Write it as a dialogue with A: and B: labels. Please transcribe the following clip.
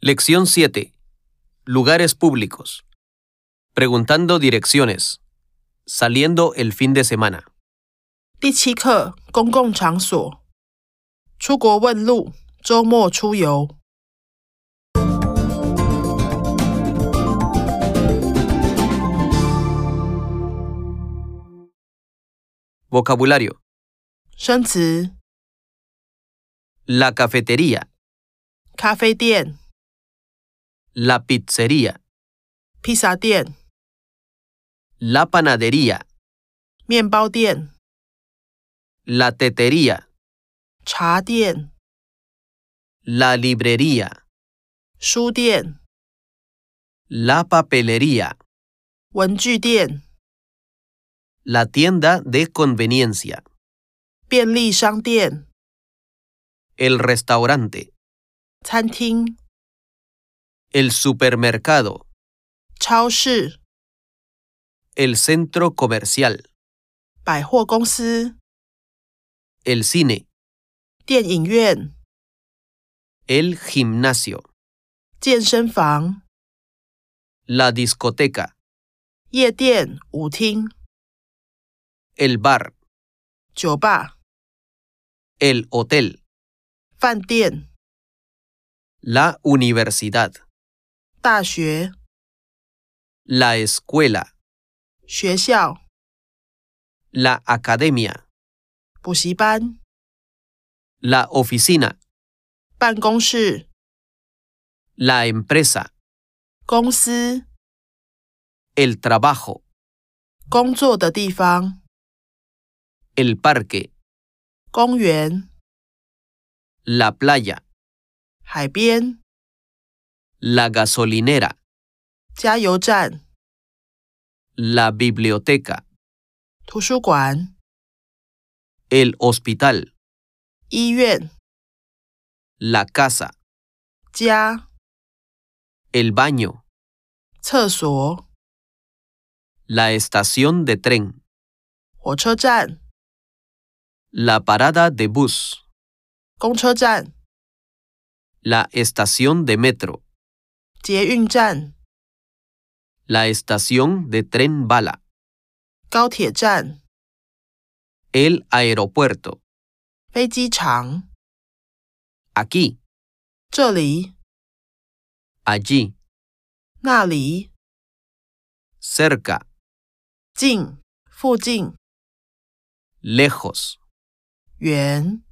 A: Lección 7. Lugares públicos. Preguntando direcciones. Saliendo el fin de semana.
B: 第七课公共场所，出国问路，周末出游。
A: Vocabulario.
B: 生词：
A: La cafetería,
B: 咖啡店、
A: la pizzería,
B: 披萨店、
A: la panadería,
B: 面包店、
A: la tetería,
B: 茶店、
A: la librería,
B: 书店、
A: la papelería,
B: 文具店、
A: la tienda de conveniencia,
B: 便利商店、
A: el restaurante,
B: 餐厅、
A: el supermercado,
B: 超市、
A: el centro comercial,
B: 百货公司、
A: el cine,
B: 电影院、
A: el gimnasio,
B: 健身房、
A: la discoteca,
B: 夜店、舞厅、
A: el bar,
B: 酒吧、
A: el hotel.
B: 饭店、
A: la universidad,
B: 大学、
A: la escuela,
B: 学校、
A: la academia,
B: 补习班、
A: la oficina,
B: 办公室。
A: la empresa,
B: 公司、
A: el trabajo,
B: 工作的地方、
A: el parque,
B: 公园、
A: la playa,
B: 海边、
A: la gasolinera,
B: 加油站、
A: la biblioteca,
B: 图书馆、
A: el hospital,
B: 医院、
A: la casa,
B: 家、
A: el baño,
B: 厕所、
A: la estación de tren,
B: 火车站、
A: la parada de bus,
B: 公车站、
A: la estación de metro,
B: 捷运站、
A: la estación de tren bala,
B: 高铁站、
A: el aeropuerto,
B: 飞机场。
A: aquí,
B: 这里、
A: allí,
B: 那里、
A: cerca,
B: 近、附近、
A: lejos.
B: 远。